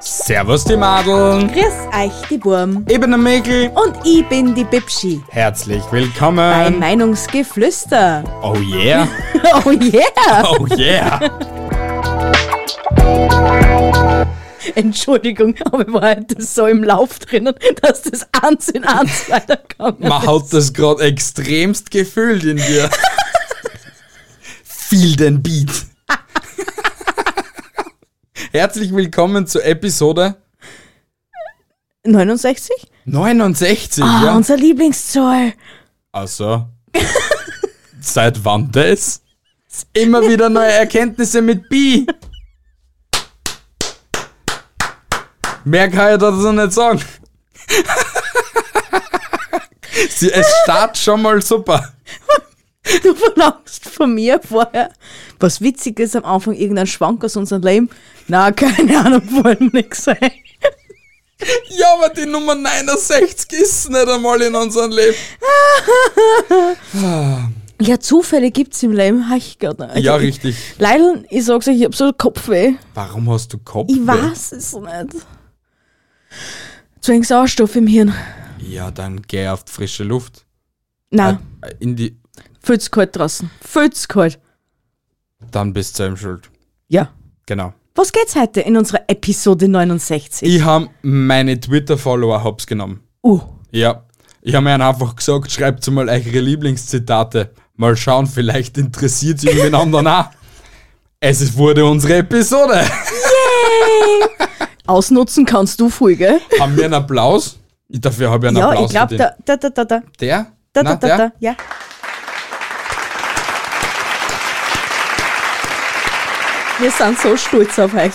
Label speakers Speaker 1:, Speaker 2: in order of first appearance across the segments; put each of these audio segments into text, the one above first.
Speaker 1: Servus die Madeln.
Speaker 2: Grüß euch, die Burm.
Speaker 1: Ich bin der Mikl.
Speaker 2: Und ich bin die Bibschi.
Speaker 1: Herzlich
Speaker 2: Bei
Speaker 1: willkommen.
Speaker 2: Meinungsgeflüster.
Speaker 1: Oh yeah.
Speaker 2: Oh yeah!
Speaker 1: Oh yeah.
Speaker 2: Entschuldigung, aber war halt das so im Lauf drinnen, dass das eins in eins weiterkommt.
Speaker 1: Man hat das gerade extremst gefühlt in dir. Feel den Beat. Herzlich willkommen zur Episode
Speaker 2: 69?
Speaker 1: 69.
Speaker 2: Ah,
Speaker 1: ja.
Speaker 2: unser Lieblingszoll.
Speaker 1: Also, seit wann das? Immer wieder neue Erkenntnisse mit Bi. Mehr kann ich dazu nicht sagen. Sie, es startet schon mal super.
Speaker 2: Du verlangst von mir vorher was Witziges am Anfang, irgendein Schwank aus unserem Leben. Na, keine Ahnung, wollen nix sein.
Speaker 1: Ja, aber die Nummer 69 ist nicht einmal in unserem Leben.
Speaker 2: Ja, Zufälle gibt's im Leben, hab Also ich gerade.
Speaker 1: Ja, richtig.
Speaker 2: Leider, ich sag's euch, ich hab so Kopfweh.
Speaker 1: Warum hast du Kopf?
Speaker 2: Ich weiß es nicht. Zu wenig Sauerstoff im Hirn.
Speaker 1: Ja, dann geh auf die frische Luft.
Speaker 2: Nein,
Speaker 1: Äh, In die,
Speaker 2: viel zu kalt draußen. Viel zu kalt.
Speaker 1: dann bist du selbst schuld.
Speaker 2: Ja.
Speaker 1: Genau.
Speaker 2: Was geht's heute in unserer Episode 69?
Speaker 1: Ich habe meine Twitter-Follower hops genommen.
Speaker 2: Uh,
Speaker 1: Ja, ich habe mir einfach gesagt, schreibt mal eure Lieblingszitate. Mal schauen, vielleicht interessiert es irgendwen anderen auch. Es ist- wurde unsere Episode.
Speaker 2: ausnutzen kannst du voll, gell?
Speaker 1: Haben wir einen Applaus? Ich, dafür habe ich einen
Speaker 2: Ja,
Speaker 1: Applaus
Speaker 2: ich glaube,
Speaker 1: verdient.
Speaker 2: da, da, da, da, da,
Speaker 1: der.
Speaker 2: da,
Speaker 1: Nein,
Speaker 2: da, da,
Speaker 1: der?
Speaker 2: da, ja. Wir sind so stolz auf euch.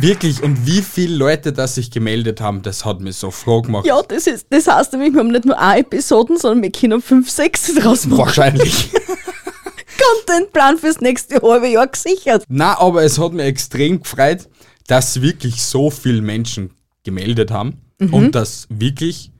Speaker 1: Wirklich, und wie viele Leute das sich gemeldet haben, das hat mich so froh gemacht.
Speaker 2: Ja, das, ist, das heißt nämlich, wir haben nicht nur eine Episode, sondern wir können fünf, sechs draus machen.
Speaker 1: Wahrscheinlich.
Speaker 2: Contentplan fürs nächste halbe Jahr gesichert.
Speaker 1: Na, aber es hat mich extrem gefreut, dass wirklich so viele Menschen gemeldet haben
Speaker 2: Mhm.
Speaker 1: und dass wirklich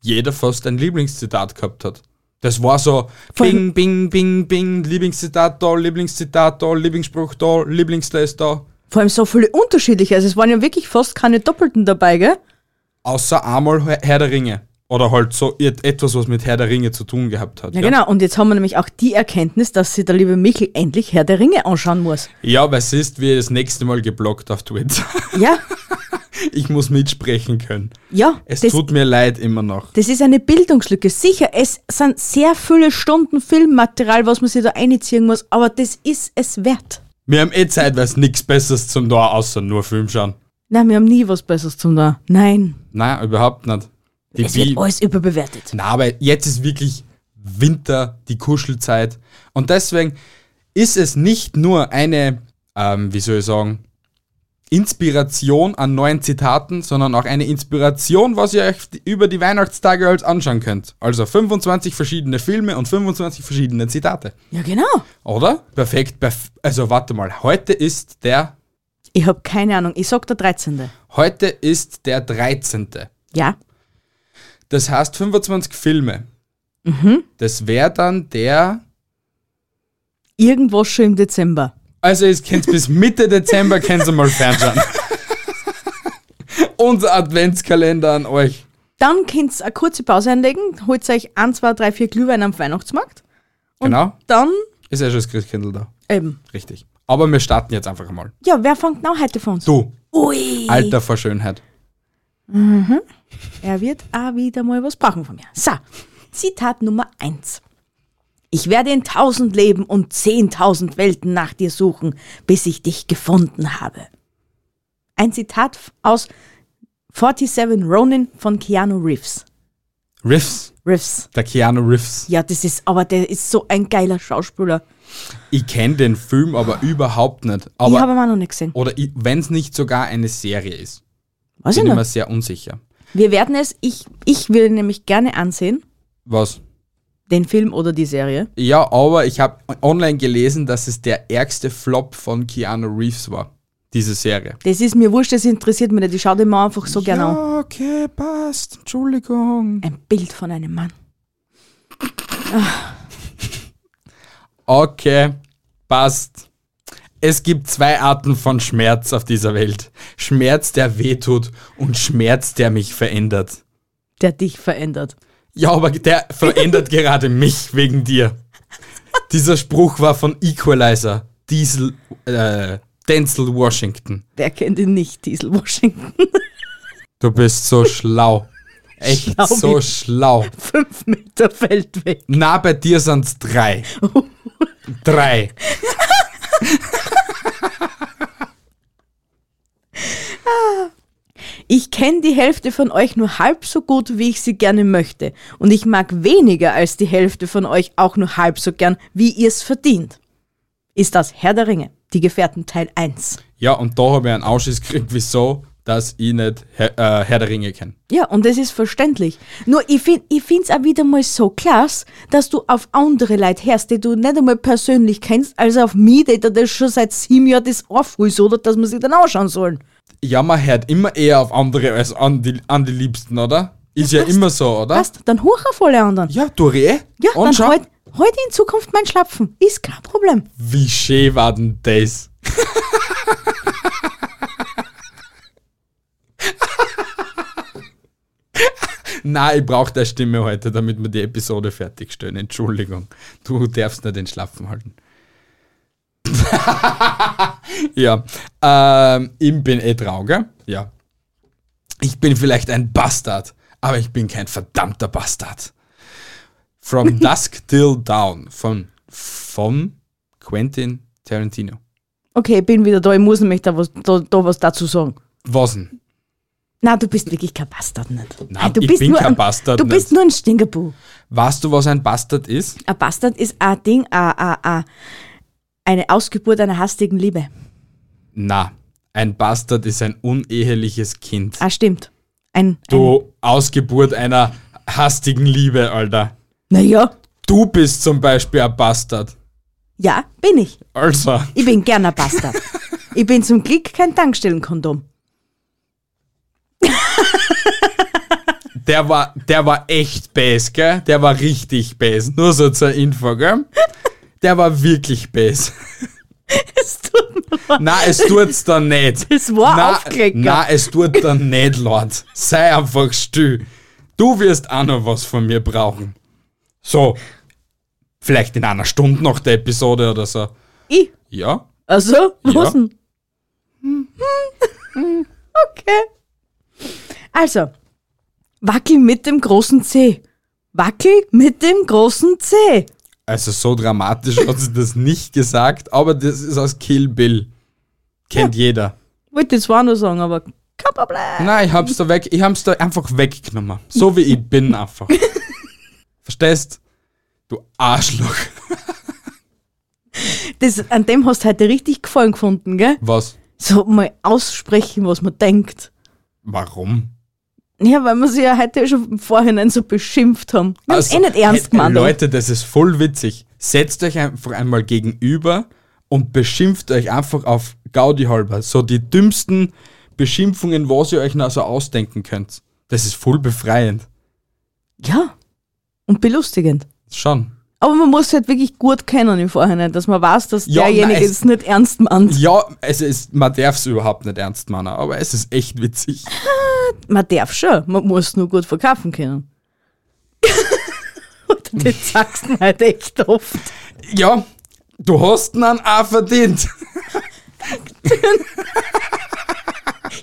Speaker 1: jeder fast ein Lieblingszitat gehabt hat. Das war so
Speaker 2: Vor
Speaker 1: Bing, Bing, Bing, Bing, Lieblingszitat da, Lieblingszitat da, Lieblingsspruch da, Lieblingsles da.
Speaker 2: Vor allem so viele unterschiedliche. Also es waren ja wirklich fast keine Doppelten dabei, gell?
Speaker 1: Außer einmal Herr Herr der Ringe. Oder halt so ir- etwas, was mit Herr der Ringe zu tun gehabt hat.
Speaker 2: Ja, genau. Und jetzt haben wir nämlich auch die Erkenntnis, dass sich der liebe Michel endlich Herr der Ringe anschauen muss.
Speaker 1: ja weil siehst, wie das nächste Mal geblockt auf Twitter.
Speaker 2: Ja,
Speaker 1: ich muss mitsprechen können.
Speaker 2: ja.
Speaker 1: Es
Speaker 2: das,
Speaker 1: tut mir leid immer noch.
Speaker 2: das ist eine Bildungslücke. Sicher, es sind sehr viele Stunden Filmmaterial, was man sich da einziehen muss, aber das ist es wert.
Speaker 1: Wir haben eh zeitweise nichts Besseres zum da, außer nur Film schauen.
Speaker 2: Nein, wir haben nie was Besseres zum da. Nein,
Speaker 1: Nein, überhaupt nicht. Die
Speaker 2: es wird
Speaker 1: Bi-
Speaker 2: alles überbewertet.
Speaker 1: Na, aber jetzt ist wirklich Winter, die Kuschelzeit. Und deswegen ist es nicht nur eine, ähm, wie soll ich sagen, Inspiration an neuen Zitaten, sondern auch eine Inspiration, was ihr euch über die Weihnachtstage als anschauen könnt. Also 25 verschiedene Filme und 25 verschiedene Zitate.
Speaker 2: Ja, genau.
Speaker 1: Oder? Perfekt. Perf also warte mal, heute ist der,
Speaker 2: Ich habe keine Ahnung. Ich sag der 13.
Speaker 1: heute ist der 13.
Speaker 2: Ja,
Speaker 1: Das heißt 25 Filme.
Speaker 2: Mhm.
Speaker 1: Das wäre dann der.
Speaker 2: irgendwas schon im Dezember.
Speaker 1: Also ihr könnt bis Mitte Dezember könnt ihr mal fernschauen. Unser Adventskalender an euch.
Speaker 2: Dann könnt ihr eine kurze Pause einlegen, holt euch ein, zwei, drei, vier Glühwein am Weihnachtsmarkt. Und
Speaker 1: Genau.
Speaker 2: Dann
Speaker 1: Ist ja schon das Christkindl da.
Speaker 2: eben.
Speaker 1: Richtig. Aber wir starten jetzt einfach mal.
Speaker 2: Ja, wer fängt noch heute von uns?
Speaker 1: Du,
Speaker 2: Ui.
Speaker 1: Alter vor Schönheit.
Speaker 2: Er wird auch wieder mal was brauchen von mir. So, Zitat Nummer 1. Ich werde in tausend Leben und zehntausend Welten nach dir suchen, bis ich dich gefunden habe. Ein Zitat f- aus 47 Ronin von Keanu Reeves.
Speaker 1: Riffs.
Speaker 2: Reeves.
Speaker 1: Der Keanu Riffs.
Speaker 2: Ja, das ist, aber der ist so ein geiler Schauspieler.
Speaker 1: Ich kenne den Film aber überhaupt nicht.
Speaker 2: ich habe
Speaker 1: Aber,
Speaker 2: ihn auch noch nicht gesehen.
Speaker 1: oder wenn es nicht sogar eine Serie ist.
Speaker 2: Weiß ich
Speaker 1: Bin ich
Speaker 2: noch.
Speaker 1: mir sehr unsicher.
Speaker 2: Wir werden es, ich, ich will ihn nämlich gerne ansehen,
Speaker 1: Was?
Speaker 2: den Film oder die Serie.
Speaker 1: Ja, aber ich habe online gelesen, dass es der ärgste Flop von Keanu Reeves war, diese Serie.
Speaker 2: Das ist mir wurscht, das interessiert mich nicht. Ich schaue den mal einfach so gerne an.
Speaker 1: Ja, okay, passt. Entschuldigung.
Speaker 2: Ein Bild von einem Mann.
Speaker 1: Okay, passt. Es gibt zwei Arten von Schmerz auf dieser Welt. Schmerz, der wehtut und Schmerz, der mich verändert.
Speaker 2: der dich verändert.
Speaker 1: Ja, aber der verändert gerade mich wegen dir. Dieser Spruch war von Equalizer, Diesel, äh, Denzel Washington.
Speaker 2: Wer kennt ihn nicht, Diesel Washington?
Speaker 1: Du bist so schlau. Echt
Speaker 2: Schlau
Speaker 1: so
Speaker 2: wie-
Speaker 1: schlau.
Speaker 2: Fünf Meter fällt weg.
Speaker 1: Na, bei dir sind's drei. drei.
Speaker 2: Ich kenne die Hälfte von euch nur halb so gut, wie ich sie gerne möchte. Und ich mag weniger als die Hälfte von euch auch nur halb so gern, wie ihr es verdient. Ist das Herr der Ringe, die Gefährten Teil 1.
Speaker 1: Ja, und da habe ich einen Ausschuss gekriegt, wieso, dass ich nicht Herr, äh, Herr der Ringe kenne.
Speaker 2: Ja, und es ist verständlich. Nur ich finde ich find's auch wieder mal so klasse, dass du auf andere Leute hörst, die du nicht einmal persönlich kennst, als auf mich, die da das schon seit sieben Jahren das aufholst, oder dass man sich dann anschauen sollen.
Speaker 1: Ja, man hört immer eher auf andere als an die, an die Liebsten, oder? Ist ja, immer so, oder?
Speaker 2: Passt, dann hoch auf alle anderen.
Speaker 1: Ja, du eh.
Speaker 2: Ja,
Speaker 1: und schau,
Speaker 2: dann halt, halt in Zukunft mein Schlapfen. Ist kein Problem.
Speaker 1: wie schön war denn das? Nein, ich brauche deine Stimme heute, damit wir die Episode fertigstellen. Entschuldigung, du darfst nicht den Schlafen halten. ja, ähm, ich bin eh traurig, ja. Ich bin vielleicht ein Bastard, aber ich bin kein verdammter Bastard. From Dusk Till Dawn von, von Quentin Tarantino.
Speaker 2: Okay, ich bin wieder da, ich muss nämlich da was, da, da was dazu sagen.
Speaker 1: Was denn?
Speaker 2: Na, du bist wirklich kein Bastard nicht.
Speaker 1: Nein,
Speaker 2: du
Speaker 1: ich bin kein Bastard
Speaker 2: Du
Speaker 1: nicht.
Speaker 2: bist nur ein Stinkerbu.
Speaker 1: Weißt du, was ein Bastard ist?
Speaker 2: Ein Bastard ist ein Ding, a, a, a, eine Ausgeburt einer hastigen Liebe.
Speaker 1: Na, ein Bastard ist ein uneheliches Kind.
Speaker 2: Ah, stimmt. Ein, ein
Speaker 1: Du Ausgeburt einer hastigen Liebe, Alter.
Speaker 2: naja,
Speaker 1: Du bist zum Beispiel ein Bastard.
Speaker 2: ja, bin ich.
Speaker 1: Also,
Speaker 2: Ich bin gerne ein Bastard. ich bin zum Glück kein Tankstellenkondom.
Speaker 1: der war, der war echt bass, gell? Der war richtig bass. Nur so zur Info, gell? Der war wirklich bass.
Speaker 2: Es tut mir leid.
Speaker 1: Na, es tut's dann nicht.
Speaker 2: Das war
Speaker 1: na,
Speaker 2: Aufklecker.
Speaker 1: Na, es tut dann nicht, Lord. Sei einfach still. Du wirst auch noch was von mir brauchen. So, vielleicht in einer Stunde nach der Episode oder so.
Speaker 2: Ich?
Speaker 1: Ja,
Speaker 2: Also,
Speaker 1: Ja.
Speaker 2: was denn? Hm. Okay. Also, wackel mit dem großen C. Wackel mit dem großen C.
Speaker 1: also so dramatisch hat sie das nicht gesagt, aber das ist aus Kill Bill. Kennt jeder.
Speaker 2: Wollte jetzt zwar nur sagen, aber kein Problem.
Speaker 1: Nein, ich hab's da weg, ich hab's da einfach weggenommen. So wie ich bin einfach. Verstehst? Du Arschloch.
Speaker 2: Das, an dem hast du heute richtig gefallen gefunden, gell?
Speaker 1: Was?
Speaker 2: So mal aussprechen, was man denkt.
Speaker 1: Warum?
Speaker 2: Ja, weil wir sie ja heute schon im Vorhinein so beschimpft haben. Wir haben's eh nicht ernst
Speaker 1: Also, hey,
Speaker 2: gemeint. aber-
Speaker 1: Leute, das ist voll witzig. Setzt euch einfach einmal gegenüber und beschimpft euch einfach auf Gaudi halber. So die dümmsten Beschimpfungen, was ihr euch noch so ausdenken könnt. Das ist voll befreiend.
Speaker 2: Ja. Und belustigend.
Speaker 1: Schon.
Speaker 2: Aber man muss halt wirklich gut kennen im Vorhinein, dass man weiß, dass
Speaker 1: Ja,
Speaker 2: derjenige
Speaker 1: nice.
Speaker 2: es nicht ernst meint.
Speaker 1: Ja, es ist, man darf es überhaupt nicht ernst meinen, aber es ist echt witzig.
Speaker 2: Man darf schon, man muss nur gut verkaufen können. Und das sagst du halt echt oft.
Speaker 1: Ja, du hast ihn an A verdient.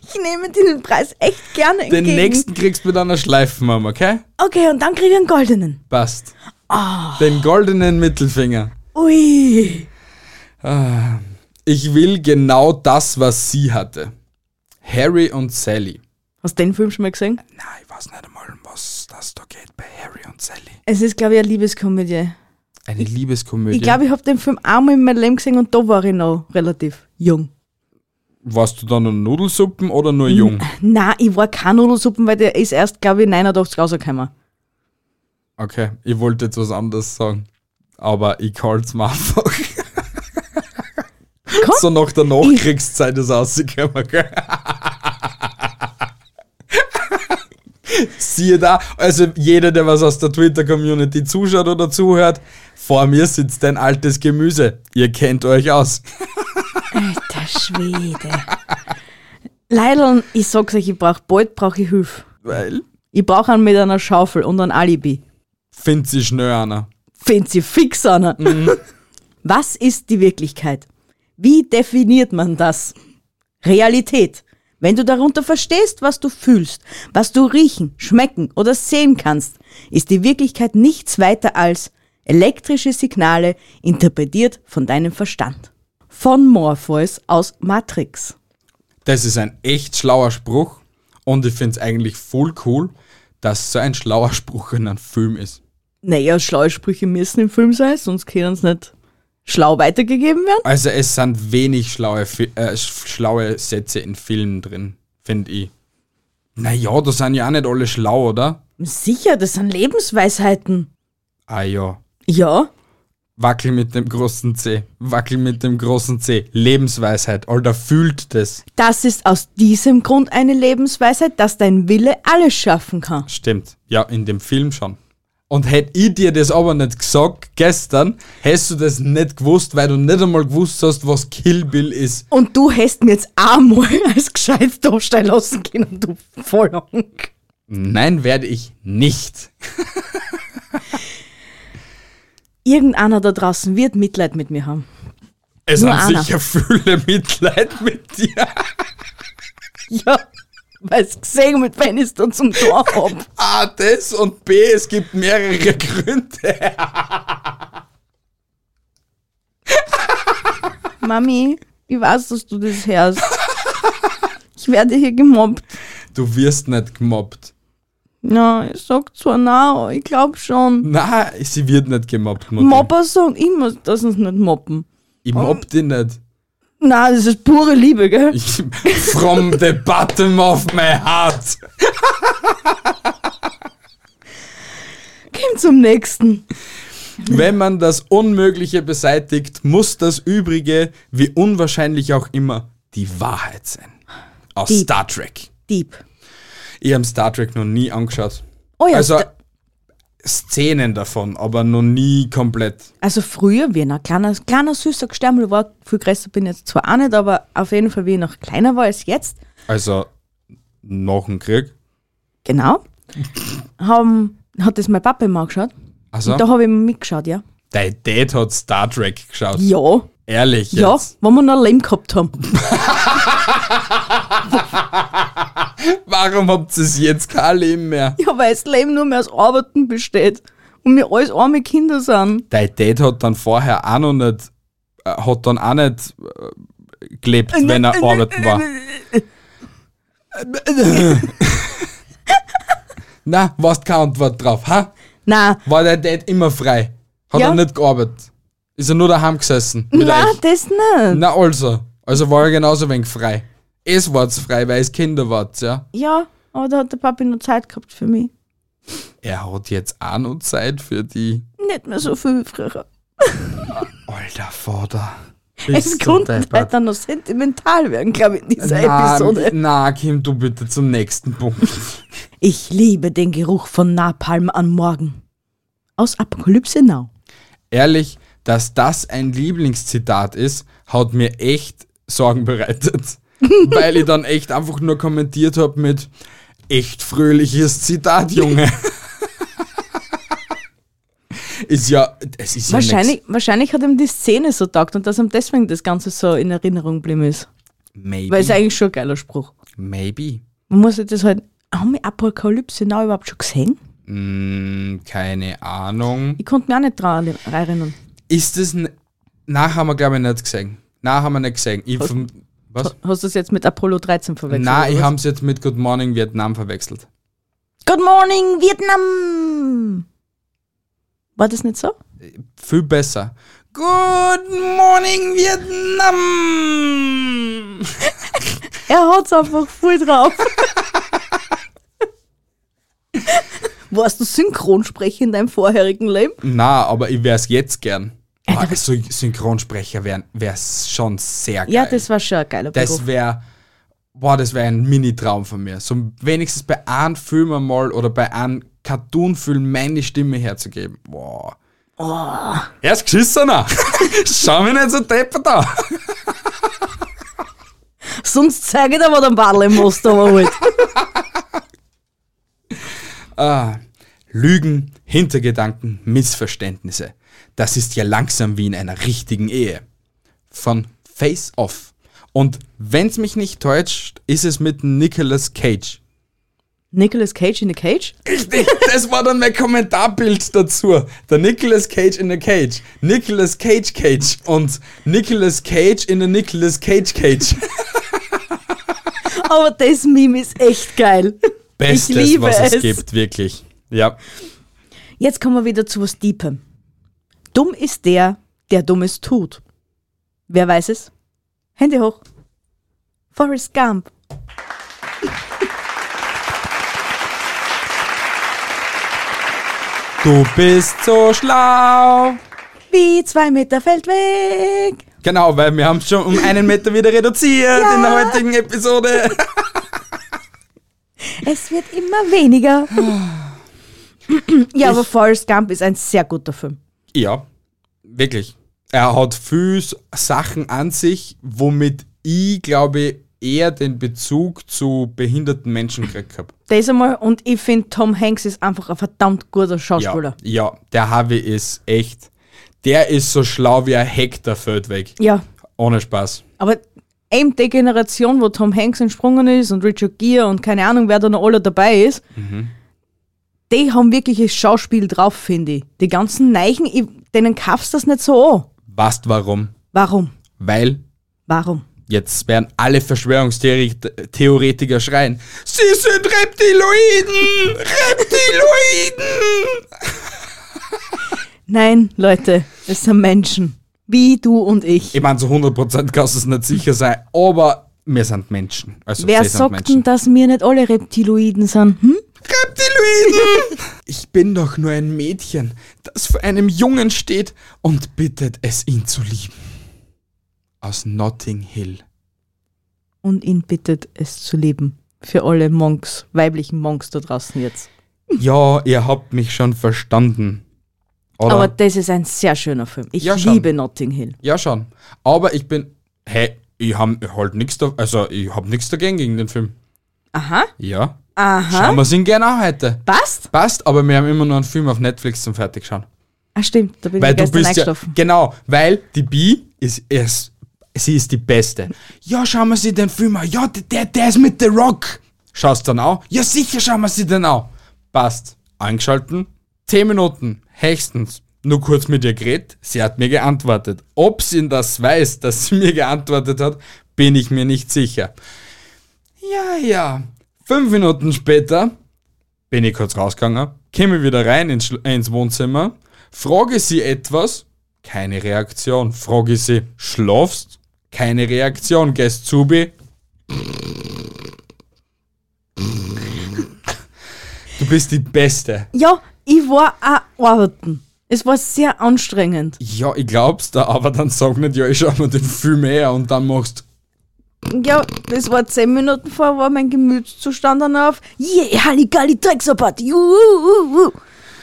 Speaker 2: Ich nehme den Preis echt gerne
Speaker 1: Den
Speaker 2: entgegen.
Speaker 1: nächsten kriegst du mit einer Schleifenmama, okay?
Speaker 2: Okay, und dann kriege ich einen goldenen.
Speaker 1: Passt. Den goldenen Mittelfinger.
Speaker 2: Ui.
Speaker 1: Ich will genau das, was sie hatte. Harry und Sally.
Speaker 2: Hast du den Film schon mal gesehen?
Speaker 1: Nein, ich weiß nicht einmal, um was das da geht bei Harry und Sally.
Speaker 2: Es ist, glaube ich, eine Liebeskomödie.
Speaker 1: Eine Liebeskomödie.
Speaker 2: Ich glaube, ich habe den Film einmal in meinem Leben gesehen und da war ich noch relativ jung.
Speaker 1: Warst du da nur Nudelsuppen oder nur jung?
Speaker 2: Nein, ich war kein Nudelsuppen, weil der ist erst, glaube ich, 89 rausgekommen.
Speaker 1: Okay, ich wollte jetzt was anderes sagen. Aber ich call's mal einfach. so nach der Nachkriegszeit ist rausgekommen, gell? Siehe da, also jeder, der was aus der Twitter-Community zuschaut oder zuhört, vor mir sitzt ein altes Gemüse. Ihr kennt euch aus.
Speaker 2: Alter Schwede. Leideln, ich sag's euch, ich brauch bald brauche ich Hilfe.
Speaker 1: Weil?
Speaker 2: Ich brauche einen mit einer Schaufel und ein Alibi.
Speaker 1: Findet sie schnell einer.
Speaker 2: Find sie fix an. Was ist die Wirklichkeit? Wie definiert man das? Realität. Wenn du darunter verstehst, was du fühlst, was du riechen, schmecken oder sehen kannst, ist die Wirklichkeit nichts weiter als elektrische Signale interpretiert von deinem Verstand. Von Morpheus aus Matrix.
Speaker 1: Das ist ein echt schlauer Spruch und ich find's eigentlich voll cool, dass so ein schlauer Spruch in einem Film ist.
Speaker 2: Naja, schlaue Sprüche müssen im Film sein, sonst können sie nicht schlau weitergegeben werden.
Speaker 1: Also es sind wenig schlaue, Fi- äh, sch- schlaue Sätze in Filmen drin, finde ich. Naja, da sind ja auch nicht alle schlau, oder?
Speaker 2: Sicher, das sind Lebensweisheiten.
Speaker 1: Ah ja.
Speaker 2: Ja,
Speaker 1: Wackel mit dem großen C. Wackel mit dem großen C. Lebensweisheit. Alter, fühlt das.
Speaker 2: Das ist aus diesem Grund eine Lebensweisheit, dass dein Wille alles schaffen kann.
Speaker 1: Stimmt. Ja, in dem Film schon. Und hätte ich dir das aber nicht gesagt gestern, hättest du das nicht gewusst, weil du nicht einmal gewusst hast, was Kill Bill ist.
Speaker 2: Und du hast mir jetzt einmal als gescheit dastehen lassen können, du Vollhang.
Speaker 1: Nein, werde ich nicht.
Speaker 2: Irgendeiner da draußen wird Mitleid mit mir haben.
Speaker 1: Es
Speaker 2: Nur
Speaker 1: haben
Speaker 2: einer.
Speaker 1: sicher viele Mitleid mit dir.
Speaker 2: Ja, weil sie gesehen mit wem ich dann zum Tor hab.
Speaker 1: A, das und B, es gibt mehrere Gründe.
Speaker 2: Mami, ich weiß, dass du das hörst. Ich werde hier gemobbt.
Speaker 1: Du wirst nicht gemobbt.
Speaker 2: Na, ich sag zwar na, aber ich glaub schon.
Speaker 1: Na, sie wird nicht gemobbt, Mutti.
Speaker 2: Mopper sagen immer, dass sie uns nicht moppen.
Speaker 1: Ich mobb dich nicht.
Speaker 2: Na, das ist pure Liebe, gell?
Speaker 1: Ich, from the bottom of my heart.
Speaker 2: Komm zum nächsten.
Speaker 1: Wenn man das Unmögliche beseitigt, muss das Übrige, wie unwahrscheinlich auch immer, die Wahrheit sein. Aus
Speaker 2: Die-
Speaker 1: Star Trek.
Speaker 2: Dieb.
Speaker 1: Ich habe Star Trek noch nie angeschaut.
Speaker 2: Oh ja,
Speaker 1: Also
Speaker 2: da-
Speaker 1: Szenen davon, aber noch nie komplett.
Speaker 2: also früher, wie ich noch kleiner, kleiner süßer Gestärmel war, viel größer bin ich jetzt zwar auch nicht, aber auf jeden Fall, wie ich noch kleiner war als jetzt,
Speaker 1: Also nach dem Krieg.
Speaker 2: genau, haben, hat das mein Papa immer angeschaut.
Speaker 1: Also,
Speaker 2: Da habe ich immer mitgeschaut, ja.
Speaker 1: dein Dad hat Star Trek geschaut.
Speaker 2: Ja,
Speaker 1: Ehrlich
Speaker 2: ja,
Speaker 1: jetzt.
Speaker 2: wenn wir noch ein Leben gehabt haben.
Speaker 1: Warum habt ihr es jetzt kein Leben mehr?
Speaker 2: Ja, weil das Leben nur mehr aus Arbeiten besteht und wir alles arme Kinder sind.
Speaker 1: Dein Dad hat dann vorher auch noch nicht, äh, hat dann auch nicht äh, gelebt, wenn er arbeiten
Speaker 2: äh,
Speaker 1: war. Na, warst keine Antwort drauf, ha?
Speaker 2: Na,
Speaker 1: War dein Dad immer frei? Hat
Speaker 2: Ja.
Speaker 1: er nicht gearbeitet? Ist er nur daheim gesessen? Mit
Speaker 2: na,
Speaker 1: euch?
Speaker 2: das nicht.
Speaker 1: Na also. Also war er genauso wenig frei. Es war's frei, weil es Kinder wart, ja.
Speaker 2: Ja, aber da hat der Papa noch Zeit gehabt für mich.
Speaker 1: Er hat jetzt auch noch Zeit für die.
Speaker 2: Nicht mehr so viel wie früher.
Speaker 1: Alter Vater.
Speaker 2: Es konnte leider noch sentimental werden, glaube ich, in dieser Episode.
Speaker 1: Na, Kim, du bitte zum nächsten Punkt.
Speaker 2: Ich liebe den Geruch von Napalm am Morgen. Aus Apokalypse Now.
Speaker 1: Ehrlich, dass das ein Lieblingszitat ist, hat mir echt Sorgen bereitet. weil ich dann echt einfach nur kommentiert habe mit echt fröhliches Zitat, Junge. ist ja, es ist ja
Speaker 2: Wahrscheinlich, wahrscheinlich hat ihm die Szene so taugt und dass ihm deswegen das Ganze so in Erinnerung geblieben ist.
Speaker 1: nix.
Speaker 2: Weil es
Speaker 1: Maybe.
Speaker 2: eigentlich schon ein geiler Spruch.
Speaker 1: Maybe.
Speaker 2: Man muss sich das halt. Haben wir Apokalypse Now überhaupt schon gesehen?
Speaker 1: Hm, keine Ahnung.
Speaker 2: Ich konnte mich auch nicht dran erinn- erinnern.
Speaker 1: Ist das, n- na, haben wir glaube ich nicht gesehen. Na, haben wir nicht gesehen. Ich, verm- was?
Speaker 2: Hast du es jetzt mit Apollo 13 verwechselt?
Speaker 1: Na,
Speaker 2: oder
Speaker 1: ich
Speaker 2: was?
Speaker 1: habe es jetzt mit Good Morning Vietnam verwechselt.
Speaker 2: Good morning, Vietnam! War das nicht so?
Speaker 1: Viel besser. Good Morning Vietnam!
Speaker 2: Er hat's einfach voll drauf. Warst du Synchronsprecher in deinem vorherigen Leben?
Speaker 1: Na, aber ich wär's jetzt gern.
Speaker 2: Alter,
Speaker 1: Ah, so Synchronsprecher wären wär's schon sehr geil.
Speaker 2: Ja, das war schon ein geiler
Speaker 1: das
Speaker 2: Beruf.
Speaker 1: wäre boah, das wäre ein Mini-Traum von mir. So wenigstens bei einem Film einmal oder bei einem Cartoon-Film meine Stimme herzugeben. Boah. Er ist geschissener. Schau mich nicht so deppert an.
Speaker 2: Sonst zeige ich dir, wo du einen Badl im Most holt.
Speaker 1: Lügen, Hintergedanken, Missverständnisse. Das ist ja langsam wie in einer richtigen Ehe. Von Face Off. Und wenn's mich nicht täuscht, ist es mit Nicolas Cage.
Speaker 2: Nicolas Cage in the Cage?
Speaker 1: Richtig, das war dann mein Kommentarbild dazu. Der Nicolas Cage in a Cage. Nicolas Cage Cage. Und Nicolas Cage in a Nicolas Cage Cage.
Speaker 2: Aber das Meme ist echt geil.
Speaker 1: Bestes,
Speaker 2: ich liebe
Speaker 1: was es,
Speaker 2: es
Speaker 1: gibt, wirklich. Ja.
Speaker 2: Jetzt kommen wir wieder zu was Deepem. Dumm ist der, der Dummes tut. Wer weiß es? Hände hoch. Forrest Gump.
Speaker 1: Du bist so schlau.
Speaker 2: Wie zwei Meter Feldweg.
Speaker 1: Genau, weil wir haben schon um einen Meter wieder reduziert in der heutigen Episode.
Speaker 2: Es wird immer weniger. ja, aber Forrest Gump ist ein sehr guter Film.
Speaker 1: Ja, wirklich. Er hat viele Sachen an sich, womit ich, glaube ich, eher den Bezug zu behinderten Menschen gekriegt habe.
Speaker 2: Der ist einmal, und ich finde, Tom Hanks ist einfach ein verdammt guter Schauspieler.
Speaker 1: Ja, ja, der Harvey ist echt. Der ist so schlau wie ein Hektar Feldweg.
Speaker 2: Ja.
Speaker 1: Ohne Spaß.
Speaker 2: Aber eben die Generation, wo Tom Hanks entsprungen ist und Richard Gere und keine Ahnung, wer da noch alle dabei ist, die haben wirklich ein Schauspiel drauf, finde ich. Die ganzen Neichen, ich, denen kaufst du das nicht so an.
Speaker 1: Weißt warum?
Speaker 2: Warum?
Speaker 1: Weil
Speaker 2: Warum?
Speaker 1: jetzt werden alle Verschwörungstheoretiker schreien. Sie sind Reptiloiden! Reptiloiden!
Speaker 2: Nein, Leute, es sind Menschen. Wie du und ich.
Speaker 1: Ich meine, zu 100% kannst du es nicht sicher sein, aber wir sind Menschen. Also
Speaker 2: Wer
Speaker 1: sie sind
Speaker 2: sagt denn,
Speaker 1: Menschen.
Speaker 2: dass wir nicht alle Reptiloiden sind? Hm?
Speaker 1: Reptiloiden! ich bin doch nur ein Mädchen, das vor einem Jungen steht und bittet es, ihn zu lieben. Aus Notting Hill.
Speaker 2: Und ihn bittet, es zu leben. Für alle Monks, weiblichen Monks da draußen jetzt.
Speaker 1: Ja, ihr habt mich schon verstanden. Oder?
Speaker 2: Aber das ist ein sehr schöner Film. Ich
Speaker 1: Ja, schon.
Speaker 2: liebe Notting Hill.
Speaker 1: ja, schon. Aber ich bin. Hä? Ich hab halt nichts da, also ich hab nichts dagegen gegen den Film.
Speaker 2: Aha,
Speaker 1: Ja.
Speaker 2: aha.
Speaker 1: Schauen wir ihn gerne an heute.
Speaker 2: Passt?
Speaker 1: Passt, aber wir haben immer noch einen Film auf Netflix zum Fertigschauen.
Speaker 2: Ah, stimmt, da bin
Speaker 1: Weil
Speaker 2: ich
Speaker 1: du
Speaker 2: gestern
Speaker 1: bist ja,
Speaker 2: eingeschlafen.
Speaker 1: genau, weil die Bi ist, ist, sie ist die Beste. Ja, schauen wir sie den Film an. Ja, der, der, der ist mit The Rock. Schaust dann auch? Ja, sicher schauen wir sie den an. Passt. Angeschalten. 10 Minuten. Höchstens. Nur kurz mit ihr geredet. Sie hat mir geantwortet. Ob sie denn das weiß, dass sie mir geantwortet hat, bin ich mir nicht sicher. Ja, ja. Fünf Minuten später bin ich kurz rausgegangen, käme wieder rein ins, Schl- äh, ins Wohnzimmer, frage sie etwas, keine Reaktion. Frage sie, schlafst? Keine Reaktion. Gehst zu mir? Du bist die Beste.
Speaker 2: Ja, ich war auch arbeiten. Es war sehr anstrengend.
Speaker 1: Ja, ich glaub's da, aber dann sag nicht, ja, ich schau mir den Film her und dann machst
Speaker 2: Ja, das war zehn Minuten vor, war mein Gemütszustand dann auf. Yeah, Halligalli, Drecksabat, juhu.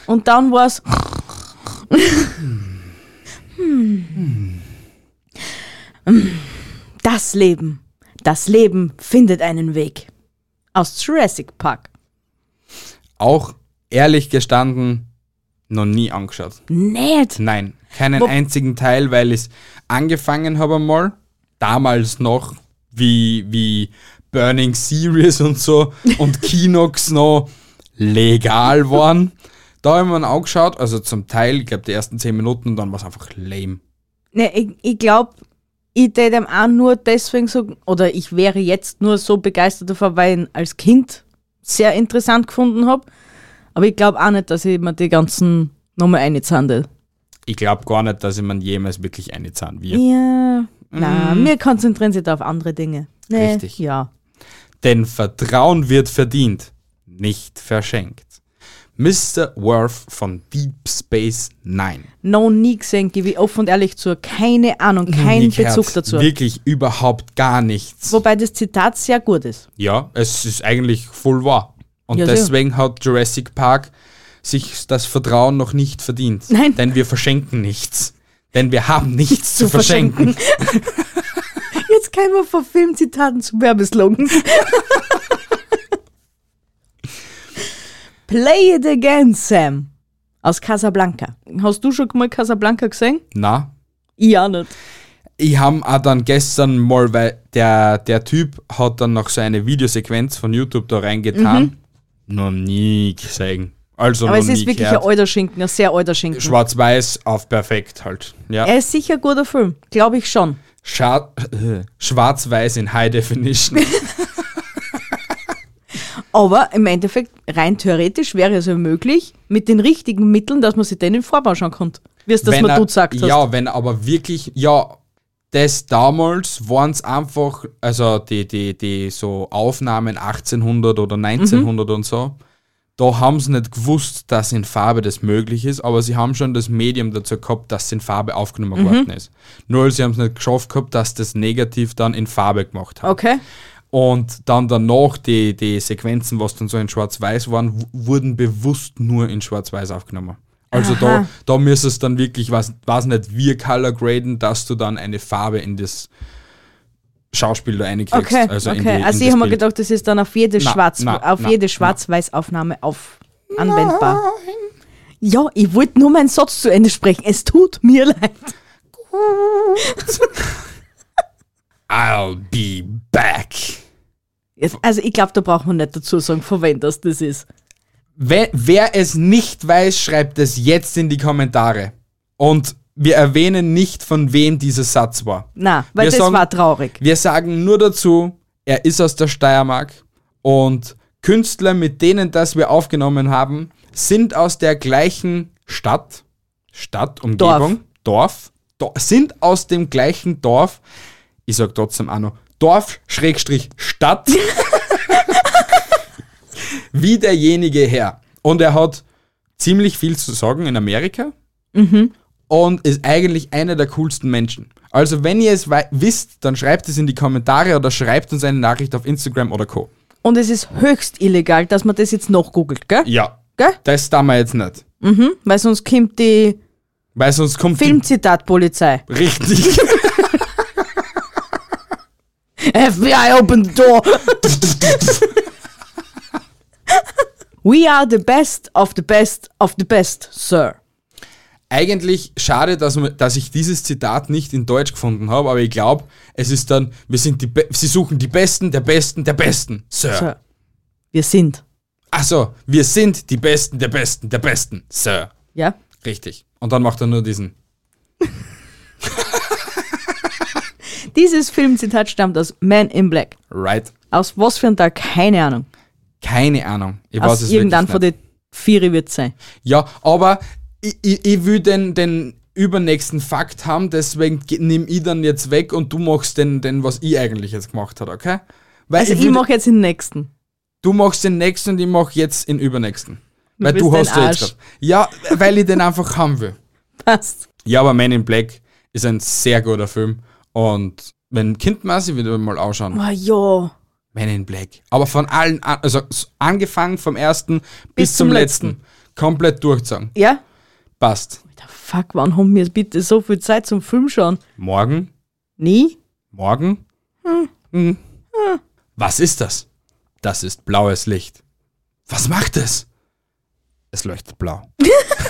Speaker 2: Und dann war es... Hm. Hm. Das Leben. Das Leben findet einen Weg. Aus Jurassic Park.
Speaker 1: auch ehrlich gestanden noch nie angeschaut.
Speaker 2: Nett.
Speaker 1: Nein, keinen
Speaker 2: Wo-
Speaker 1: einzigen Teil, weil ich angefangen habe einmal, damals noch, wie, wie Burning Series und so und Kinox noch legal waren. Da haben wir ihn angeschaut, also zum Teil, ich glaube die ersten 10 Minuten, und dann war es einfach lame.
Speaker 2: Ne, ich, ich glaube, ich tät ihm auch nur deswegen so, oder ich wäre jetzt nur so begeistert davon, weil ich ihn als Kind sehr interessant gefunden habe. Aber ich glaube auch nicht, dass ich mir die ganzen nochmal einzahne.
Speaker 1: Ich glaube gar nicht, dass ich man jemals wirklich eine Zahn
Speaker 2: Mhm.
Speaker 1: wird.
Speaker 2: Ja. Na, wir konzentrieren sich da auf andere Dinge. Nee,
Speaker 1: Richtig.
Speaker 2: Ja.
Speaker 1: Denn Vertrauen wird verdient, nicht verschenkt. Mr. Worth von Deep Space Nine.
Speaker 2: No nie gesehen, gebe ich offen und ehrlich zu. Keine Ahnung, kein
Speaker 1: Nick
Speaker 2: Bezug
Speaker 1: Herz,
Speaker 2: dazu.
Speaker 1: Wirklich überhaupt gar nichts.
Speaker 2: Wobei das Zitat sehr gut ist.
Speaker 1: Ja, es ist eigentlich voll wahr. Und
Speaker 2: Ja, sehr.
Speaker 1: deswegen hat Jurassic Park sich das Vertrauen noch nicht verdient.
Speaker 2: Nein.
Speaker 1: Denn wir verschenken nichts. Denn wir haben nichts zu, verschenken.
Speaker 2: Jetzt kämen wir von Filmzitaten zu Werbeslogans. Play it again, Sam. Aus Casablanca. Hast du schon mal Casablanca gesehen?
Speaker 1: Na,
Speaker 2: Ich auch nicht.
Speaker 1: ich habe auch dann gestern mal, weil der, der Typ hat dann noch so eine Videosequenz von YouTube da reingetan. Noch nie gesehen. Also
Speaker 2: Mhm. Aber
Speaker 1: noch
Speaker 2: es
Speaker 1: nie
Speaker 2: ist wirklich ein
Speaker 1: gehört.
Speaker 2: alter Schinken, ein sehr alter Schinken.
Speaker 1: Schwarz-Weiß auf perfekt halt. Ja.
Speaker 2: er ist sicher ein guter Film, glaube ich schon.
Speaker 1: Scha- äh, Schwarz-Weiß in High Definition.
Speaker 2: Aber im Endeffekt, rein theoretisch wäre es ja möglich, mit den richtigen Mitteln, dass man sich den im Vorbau schauen kann. Wie es das
Speaker 1: Wenn
Speaker 2: mal
Speaker 1: er-
Speaker 2: du gesagt hast.
Speaker 1: Ja, wenn aber wirklich, ja, das damals waren es einfach, also die, die, die so Aufnahmen 1800 oder 1900 und so, da haben sie nicht gewusst, dass in Farbe das möglich ist, aber sie haben schon das Medium dazu gehabt, dass es in Farbe
Speaker 2: Mhm.
Speaker 1: aufgenommen worden ist. Nur sie haben es nicht geschafft gehabt, dass das negativ dann in Farbe gemacht haben.
Speaker 2: Okay.
Speaker 1: Und dann danach die, die Sequenzen, was dann so in Schwarz-Weiß waren, w- wurden bewusst nur in Schwarz-Weiß aufgenommen. Also da,
Speaker 2: Aha.
Speaker 1: da müsstest du dann wirklich, was, was nicht, wir color graden, dass du dann eine Farbe in das Schauspiel da reinkriegst.
Speaker 2: Okay,
Speaker 1: also
Speaker 2: okay.
Speaker 1: in die, in
Speaker 2: also
Speaker 1: das
Speaker 2: ich habe mir
Speaker 1: Bild.
Speaker 2: gedacht, das ist dann auf jede,
Speaker 1: Na,
Speaker 2: Schwarz,
Speaker 1: na,
Speaker 2: auf
Speaker 1: na,
Speaker 2: jede
Speaker 1: na.
Speaker 2: Schwarz-Weiß-Aufnahme auf anwendbar. Ja, ich wollte nur meinen Satz zu Ende sprechen. Es tut mir leid.
Speaker 1: I'll be back.
Speaker 2: Jetzt, also ich glaube, da braucht man nicht dazu sagen, von wem das das ist.
Speaker 1: Wer, wer es nicht weiß, schreibt es jetzt in die Kommentare. Und wir erwähnen nicht, von wem dieser Satz war.
Speaker 2: Na, weil
Speaker 1: Wir
Speaker 2: das
Speaker 1: sagen-
Speaker 2: war traurig.
Speaker 1: Wir sagen nur dazu, er ist aus der Steiermark und Künstler, mit denen das wir aufgenommen haben, sind aus der gleichen Stadt, Stadt, Umgebung, Dorf, Do- sind aus dem gleichen Dorf, ich sag trotzdem auch noch, Dorf, Schrägstrich, Stadt, wie derjenige her. Und er hat ziemlich viel zu sagen in Amerika und ist eigentlich einer der coolsten Menschen. Also wenn ihr es wei- wisst, dann schreibt es in die Kommentare oder schreibt uns eine Nachricht auf Instagram oder Co.
Speaker 2: Und es ist höchst illegal, dass man das jetzt noch googelt, gell?
Speaker 1: Ja.
Speaker 2: Gell?
Speaker 1: Das da wir jetzt nicht.
Speaker 2: Weil sonst kommt die
Speaker 1: Weil sonst kommt
Speaker 2: Filmzitatpolizei.
Speaker 1: die richtig.
Speaker 2: FBI, open the door! We are the best of the best of the best, sir.
Speaker 1: Eigentlich schade, dass, man- dass ich dieses Zitat nicht in Deutsch gefunden habe, aber ich glaube, es ist dann, wir sind die Be sie suchen die Besten, der Besten, der Besten, Sir.
Speaker 2: Sir. Wir sind.
Speaker 1: Achso, wir sind die Besten, der Besten, der Besten, Sir.
Speaker 2: Ja?
Speaker 1: Richtig. Und dann macht er nur diesen.
Speaker 2: Dieses Filmzitat stammt aus Man in Black.
Speaker 1: Right?
Speaker 2: Aus was für ein Tag? Keine Ahnung.
Speaker 1: Keine Ahnung. Ich
Speaker 2: Aus
Speaker 1: es wirklich
Speaker 2: irgendeinem
Speaker 1: nicht.
Speaker 2: von den Vieri wird sein.
Speaker 1: Ja, aber ich, ich, ich will den, den übernächsten Fakt haben, deswegen ge- nehm ich dann jetzt weg und du machst den, den was ich eigentlich jetzt gemacht habe, okay? Weil
Speaker 2: Also ich
Speaker 1: will-
Speaker 2: mache jetzt den nächsten.
Speaker 1: du machst den nächsten und ich mach jetzt den übernächsten.
Speaker 2: Du
Speaker 1: weil du hast
Speaker 2: bist ein
Speaker 1: ja jetzt
Speaker 2: Arsch.
Speaker 1: gehabt. Ja, weil ich den einfach haben will.
Speaker 2: Passt.
Speaker 1: Ja, aber Man in Black ist ein sehr guter Film und wenn Kind mal sich wieder mal anschauen.
Speaker 2: Oh ja.
Speaker 1: Men in Black. Aber von allen, an- also s- angefangen vom ersten bis, zum,
Speaker 2: zum
Speaker 1: letzten. Komplett durchzogen.
Speaker 2: Ja?
Speaker 1: Passt.
Speaker 2: Alter, fuck, wann haben wir bitte so viel Zeit zum Film schauen?
Speaker 1: Morgen
Speaker 2: Nie?
Speaker 1: Morgen? Hm. Was ist das? Das ist blaues Licht. Was macht es? Es leuchtet blau.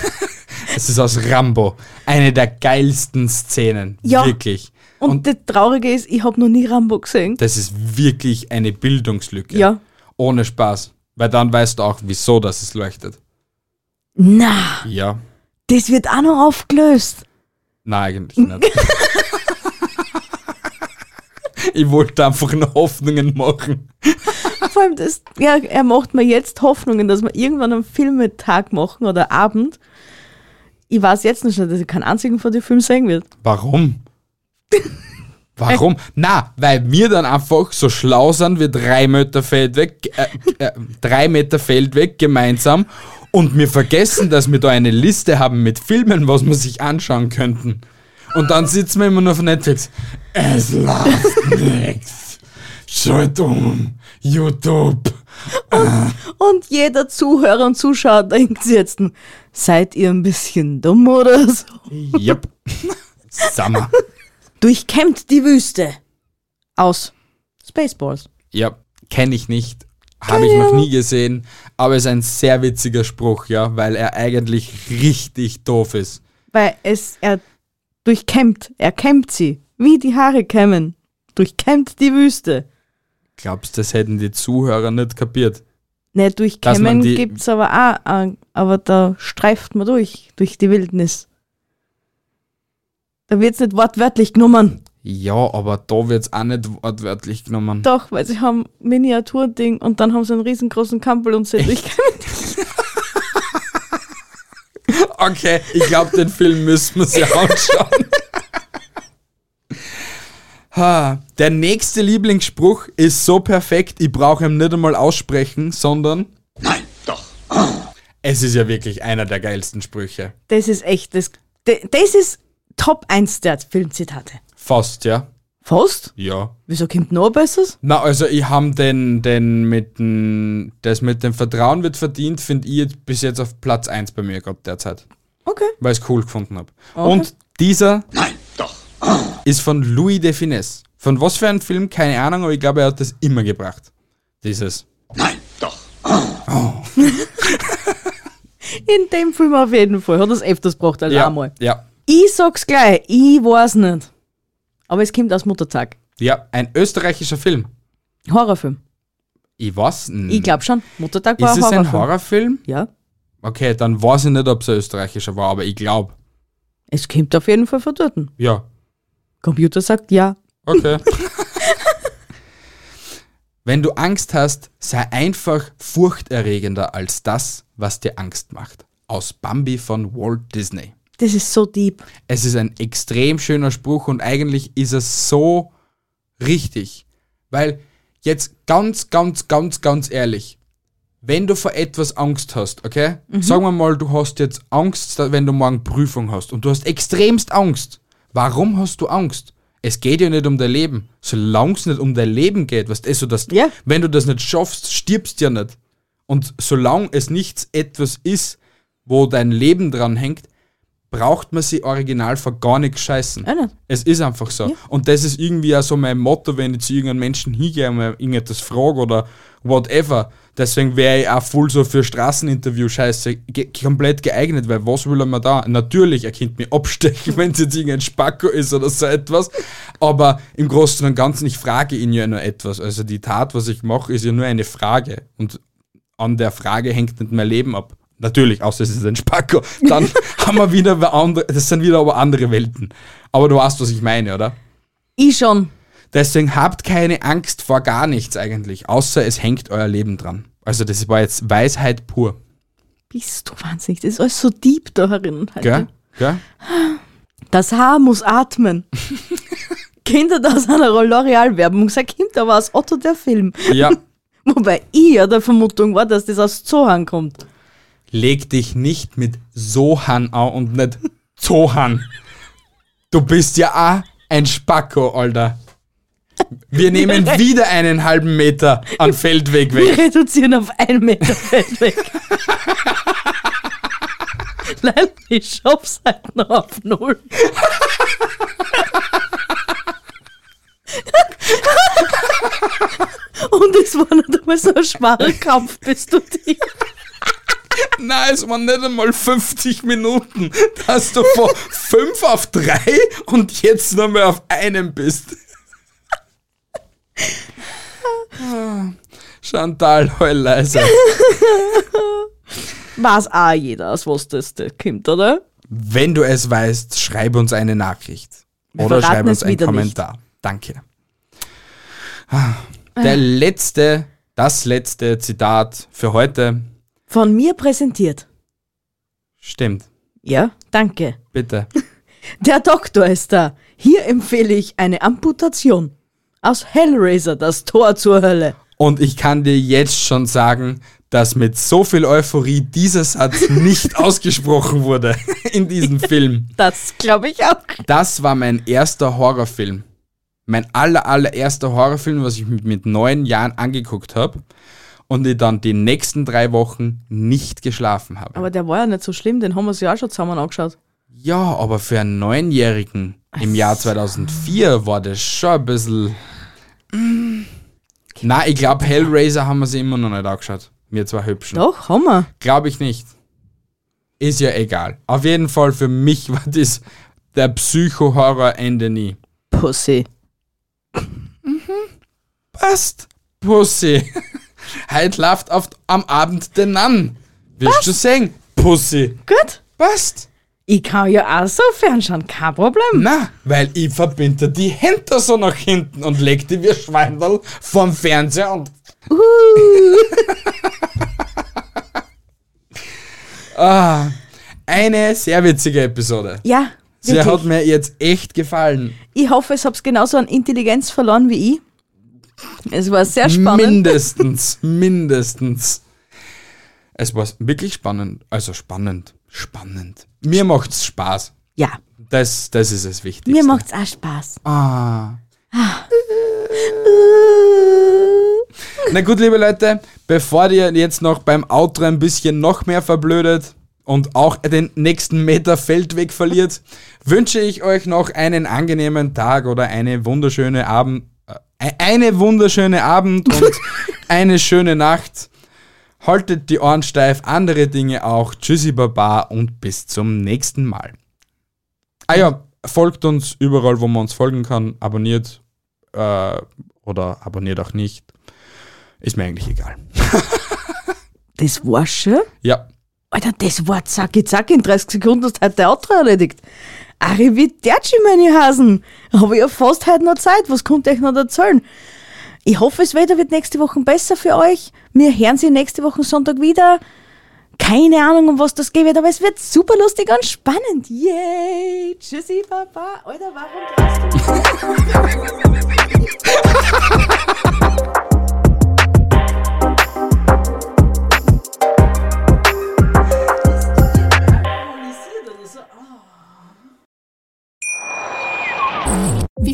Speaker 1: es ist aus Rambo. Eine der geilsten Szenen.
Speaker 2: Ja.
Speaker 1: Wirklich.
Speaker 2: Und,
Speaker 1: Und
Speaker 2: das Traurige ist, ich habe noch nie Rambo gesehen.
Speaker 1: das ist wirklich eine Bildungslücke.
Speaker 2: Ja.
Speaker 1: Ohne Spaß. Weil dann weißt du auch, wieso dass es leuchtet.
Speaker 2: Na,
Speaker 1: Ja.
Speaker 2: das wird auch noch aufgelöst.
Speaker 1: Nein, eigentlich nicht. ich wollte einfach nur Hoffnungen machen.
Speaker 2: Vor allem, das, ja, er macht mir jetzt Hoffnungen, dass wir irgendwann einen Filmetag machen oder Abend. Ich weiß jetzt noch schon, dass ich keinen einzigen von den Filmen sehen wird.
Speaker 1: Warum? Warum? Na, weil wir dann einfach so schlau sind wie drei Meter Feld weg, äh, äh, drei Meter Feld weg gemeinsam und wir vergessen, dass wir da eine Liste haben mit Filmen, was wir sich anschauen könnten. Und dann sitzen wir immer nur auf Netflix. Es läuft nichts. Schalt um. YouTube.
Speaker 2: Und jeder Zuhörer und Zuschauer denkt sich jetzt, seid ihr ein bisschen dumm oder so?
Speaker 1: Jupp. Sammer.
Speaker 2: Durchkämmt die Wüste. Aus Spaceballs.
Speaker 1: Ja, kenne ich nicht. Habe ich noch nie gesehen. Aber ist ein sehr witziger Spruch, ja, weil er eigentlich richtig doof ist.
Speaker 2: Weil es, er durchkämmt, er kämmt sie, wie die Haare kämmen. Durchkämmt die Wüste.
Speaker 1: Glaubst das hätten die Zuhörer nicht kapiert?
Speaker 2: Ne,
Speaker 1: Dass man
Speaker 2: durchkämmen
Speaker 1: die-
Speaker 2: gibt's aber auch, äh, aber da streift man durch, durch die Wildnis. Da wird's nicht wortwörtlich genommen.
Speaker 1: Ja, aber da wird's auch nicht wortwörtlich genommen.
Speaker 2: Doch, weil sie haben Miniaturding und dann haben sie einen riesengroßen Kampel und sie durchkämmen.
Speaker 1: Okay, ich glaube, den Film müssen wir sich anschauen. Ha, der nächste Lieblingsspruch ist so perfekt, ich brauche ihn nicht einmal aussprechen, sondern
Speaker 3: Nein, doch.
Speaker 1: es ist ja wirklich einer der geilsten Sprüche.
Speaker 2: Das ist echt, das, de- das ist Top 1 der Filmzitate.
Speaker 1: Fast, ja?
Speaker 2: Faust?
Speaker 1: Ja.
Speaker 2: Wieso kommt noch besseres?
Speaker 1: Na, also ich habe den, den mit dem, das mit dem Vertrauen wird verdient, finde ich jetzt bis jetzt auf Platz 1 bei mir gerade derzeit,
Speaker 2: Okay.
Speaker 1: weil ich es cool gefunden habe.
Speaker 2: Okay.
Speaker 1: Und dieser
Speaker 3: Nein, doch.
Speaker 1: ist von Louis de Finesse. Von was für einem Film, keine Ahnung, aber ich glaube, er hat das immer gebracht. Dieses.
Speaker 3: Nein, doch.
Speaker 2: In dem Film auf jeden Fall. Hat das öfters gebracht als einmal.
Speaker 1: ja,
Speaker 2: Ich sag's gleich, ich weiß nicht. Aber es kommt aus Muttertag.
Speaker 1: ja, ein österreichischer Film.
Speaker 2: Horrorfilm.
Speaker 1: Ich weiß nicht.
Speaker 2: Ich glaube schon. Muttertag war
Speaker 1: Ist es
Speaker 2: Mhm. ein Horrorfilm.
Speaker 1: ein Horrorfilm?
Speaker 2: Ja.
Speaker 1: Okay, dann weiß ich nicht, ob es ein österreichischer war, aber ich glaube.
Speaker 2: Es kommt auf jeden Fall von dort.
Speaker 1: Ja,
Speaker 2: Computer sagt ja.
Speaker 1: okay. Wenn du Angst hast, sei einfach furchterregender als das, was dir Angst macht. Aus Bambi von Walt Disney.
Speaker 2: Das ist so deep.
Speaker 1: es ist ein extrem schöner Spruch und eigentlich ist es so richtig. Weil jetzt ganz, ganz, ganz, ganz ehrlich, wenn du vor etwas Angst hast, okay? Sagen wir mal, du hast jetzt Angst, da- wenn du morgen Prüfung hast und du hast extremst Angst. Warum hast du Angst? Es geht ja nicht um dein Leben. Solange es nicht um dein Leben geht, was ist so, dass
Speaker 2: Ja.
Speaker 1: wenn du das nicht schaffst, stirbst du ja nicht. Und solange es nichts etwas ist, wo dein Leben dran hängt, braucht man sie original vor gar nichts scheißen.
Speaker 2: Ja, ne?
Speaker 1: Es ist einfach so. Und das ist irgendwie auch so mein Motto, wenn ich zu irgendeinem Menschen hingehe und mir irgendetwas frage oder whatever. Deswegen wäre ich auch voll so für Straßeninterview-Scheiße ge komplett geeignet, weil was will er mir da? Natürlich, er könnte mich abstechen, wenn es jetzt irgendein Spacko ist oder so etwas. Aber im Großen und Ganzen, ich frage ihn ja nur etwas. Also die Tat, was ich mache, ist ja nur eine Frage. Und an der Frage hängt nicht mein Leben ab. Natürlich, außer es ist ein Spacko. Dann haben wir wieder bei andere, das sind wieder aber andere Welten. Aber du weißt, was ich meine, oder?
Speaker 2: Ich schon.
Speaker 1: Deswegen habt keine Angst vor gar nichts eigentlich, außer es hängt euer Leben dran. Also das war jetzt Weisheit pur.
Speaker 2: Bist du wahnsinnig? Das ist alles so deep da herin. Alter.
Speaker 1: Gell? Gell?
Speaker 2: Das Haar muss atmen. Kinder da aus einer L'Oreal-Werbung. Sag kommt aber aus Otto der Film.
Speaker 1: Ja.
Speaker 2: Wobei ich ja der Vermutung war, dass das aus Zohan kommt.
Speaker 1: Leg dich nicht mit Sohan an und nicht Zohan. Du bist ja auch ein Spacko, Alter. Wir nehmen wieder einen halben Meter an Feldweg weg.
Speaker 2: Wir reduzieren auf einen Meter Feld weg. Nein, ich schaff's halt noch auf null. Und es war nicht einmal so ein schwacher Kampf, bist du die.
Speaker 1: Nein, es waren nicht einmal 50 Minuten, dass du von 5 auf 3 und jetzt nur mehr auf einem bist. Chantal, heul leise.
Speaker 2: Weiß auch jeder, aus was das da kommt, oder?
Speaker 1: Wenn du es weißt, schreib uns eine Nachricht.
Speaker 2: Wir
Speaker 1: Oder
Speaker 2: verraten
Speaker 1: schreib uns
Speaker 2: es
Speaker 1: einen
Speaker 2: wieder Ah.
Speaker 1: Kommentar. Danke. Der letzte, das letzte Zitat für heute.
Speaker 2: Von mir präsentiert.
Speaker 1: Stimmt,
Speaker 2: Ja, danke.
Speaker 1: bitte.
Speaker 2: Der Doktor ist da. Hier empfehle ich eine Amputation. Aus Hellraiser, das Tor zur Hölle.
Speaker 1: Und ich kann dir jetzt schon sagen, dass mit so viel Euphorie dieser Satz nicht ausgesprochen wurde in diesem Film.
Speaker 2: Das glaube ich auch.
Speaker 1: Das war mein erster Horrorfilm. Mein aller, allererster Horrorfilm, was ich mit, mit neun Jahren angeguckt habe. und ich dann die nächsten drei Wochen nicht geschlafen habe.
Speaker 2: Aber der war ja nicht so schlimm, den haben wir uns ja auch schon zusammen angeschaut.
Speaker 1: ja, aber für einen Neunjährigen im Jahr 2004 war das schon ein bisschen... Na, ich glaube, Hellraiser haben wir sie immer noch nicht angeschaut. Mir zwei hübschen.
Speaker 2: Doch, haben wir.
Speaker 1: Glaube ich nicht. Ist ja egal. Auf jeden Fall für mich war das der Psycho-Horror-Ende nie.
Speaker 2: Pussy.
Speaker 1: Passt, Pussy. Heute läuft oft am Abend den Nann. Willst du sehen? Pussy.
Speaker 2: Gut.
Speaker 1: Passt.
Speaker 2: Ich kann ja auch so fernschauen, kein Problem.
Speaker 1: Na, weil ich verbinde die Hände so nach hinten und leg die wie Schweindel vom Fernseher und. ah, eine sehr witzige Episode.
Speaker 2: Ja,
Speaker 1: Sie
Speaker 2: wirklich.
Speaker 1: hat mir jetzt echt gefallen.
Speaker 2: Ich hoffe, es hab's genauso an Intelligenz verloren wie ich. Es war sehr spannend.
Speaker 1: Mindestens, mindestens. Es war wirklich spannend. Also spannend, spannend. Mir macht's Spaß.
Speaker 2: Ja,
Speaker 1: Das, das ist das Wichtigste.
Speaker 2: mir macht's auch Spaß. Äh.
Speaker 1: Ah. Na gut, liebe Leute, bevor ihr jetzt noch beim Outro ein bisschen noch mehr verblödet und auch den nächsten Meter Feldweg verliert, wünsche ich euch noch einen angenehmen Tag oder eine wunderschöne Abend, äh, eine wunderschöne Abend und eine schöne Nacht. Haltet die Ohren steif, andere Dinge auch. Tschüssi Baba und bis zum nächsten Mal. Ah ja, folgt uns überall, wo man uns folgen kann. Abonniert äh, oder abonniert auch nicht. Ist mir eigentlich egal.
Speaker 2: Das war schön.
Speaker 1: Ja,
Speaker 2: Alter, das war zacki zacki. In 30 Sekunden hast du heute Outro erledigt. Arrivederci, meine Hasen. Habe ich ja fast heute noch Zeit. Was konnte ich noch erzählen? Ich hoffe, das Wetter wird nächste Woche besser für euch. Wir hören sie nächste Woche Sonntag wieder. Keine Ahnung, um was das geht, wird, aber es wird super lustig und spannend. Yay! Tschüssi, Papa. Alter, warum drehst du?
Speaker 3: Wie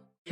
Speaker 4: Ich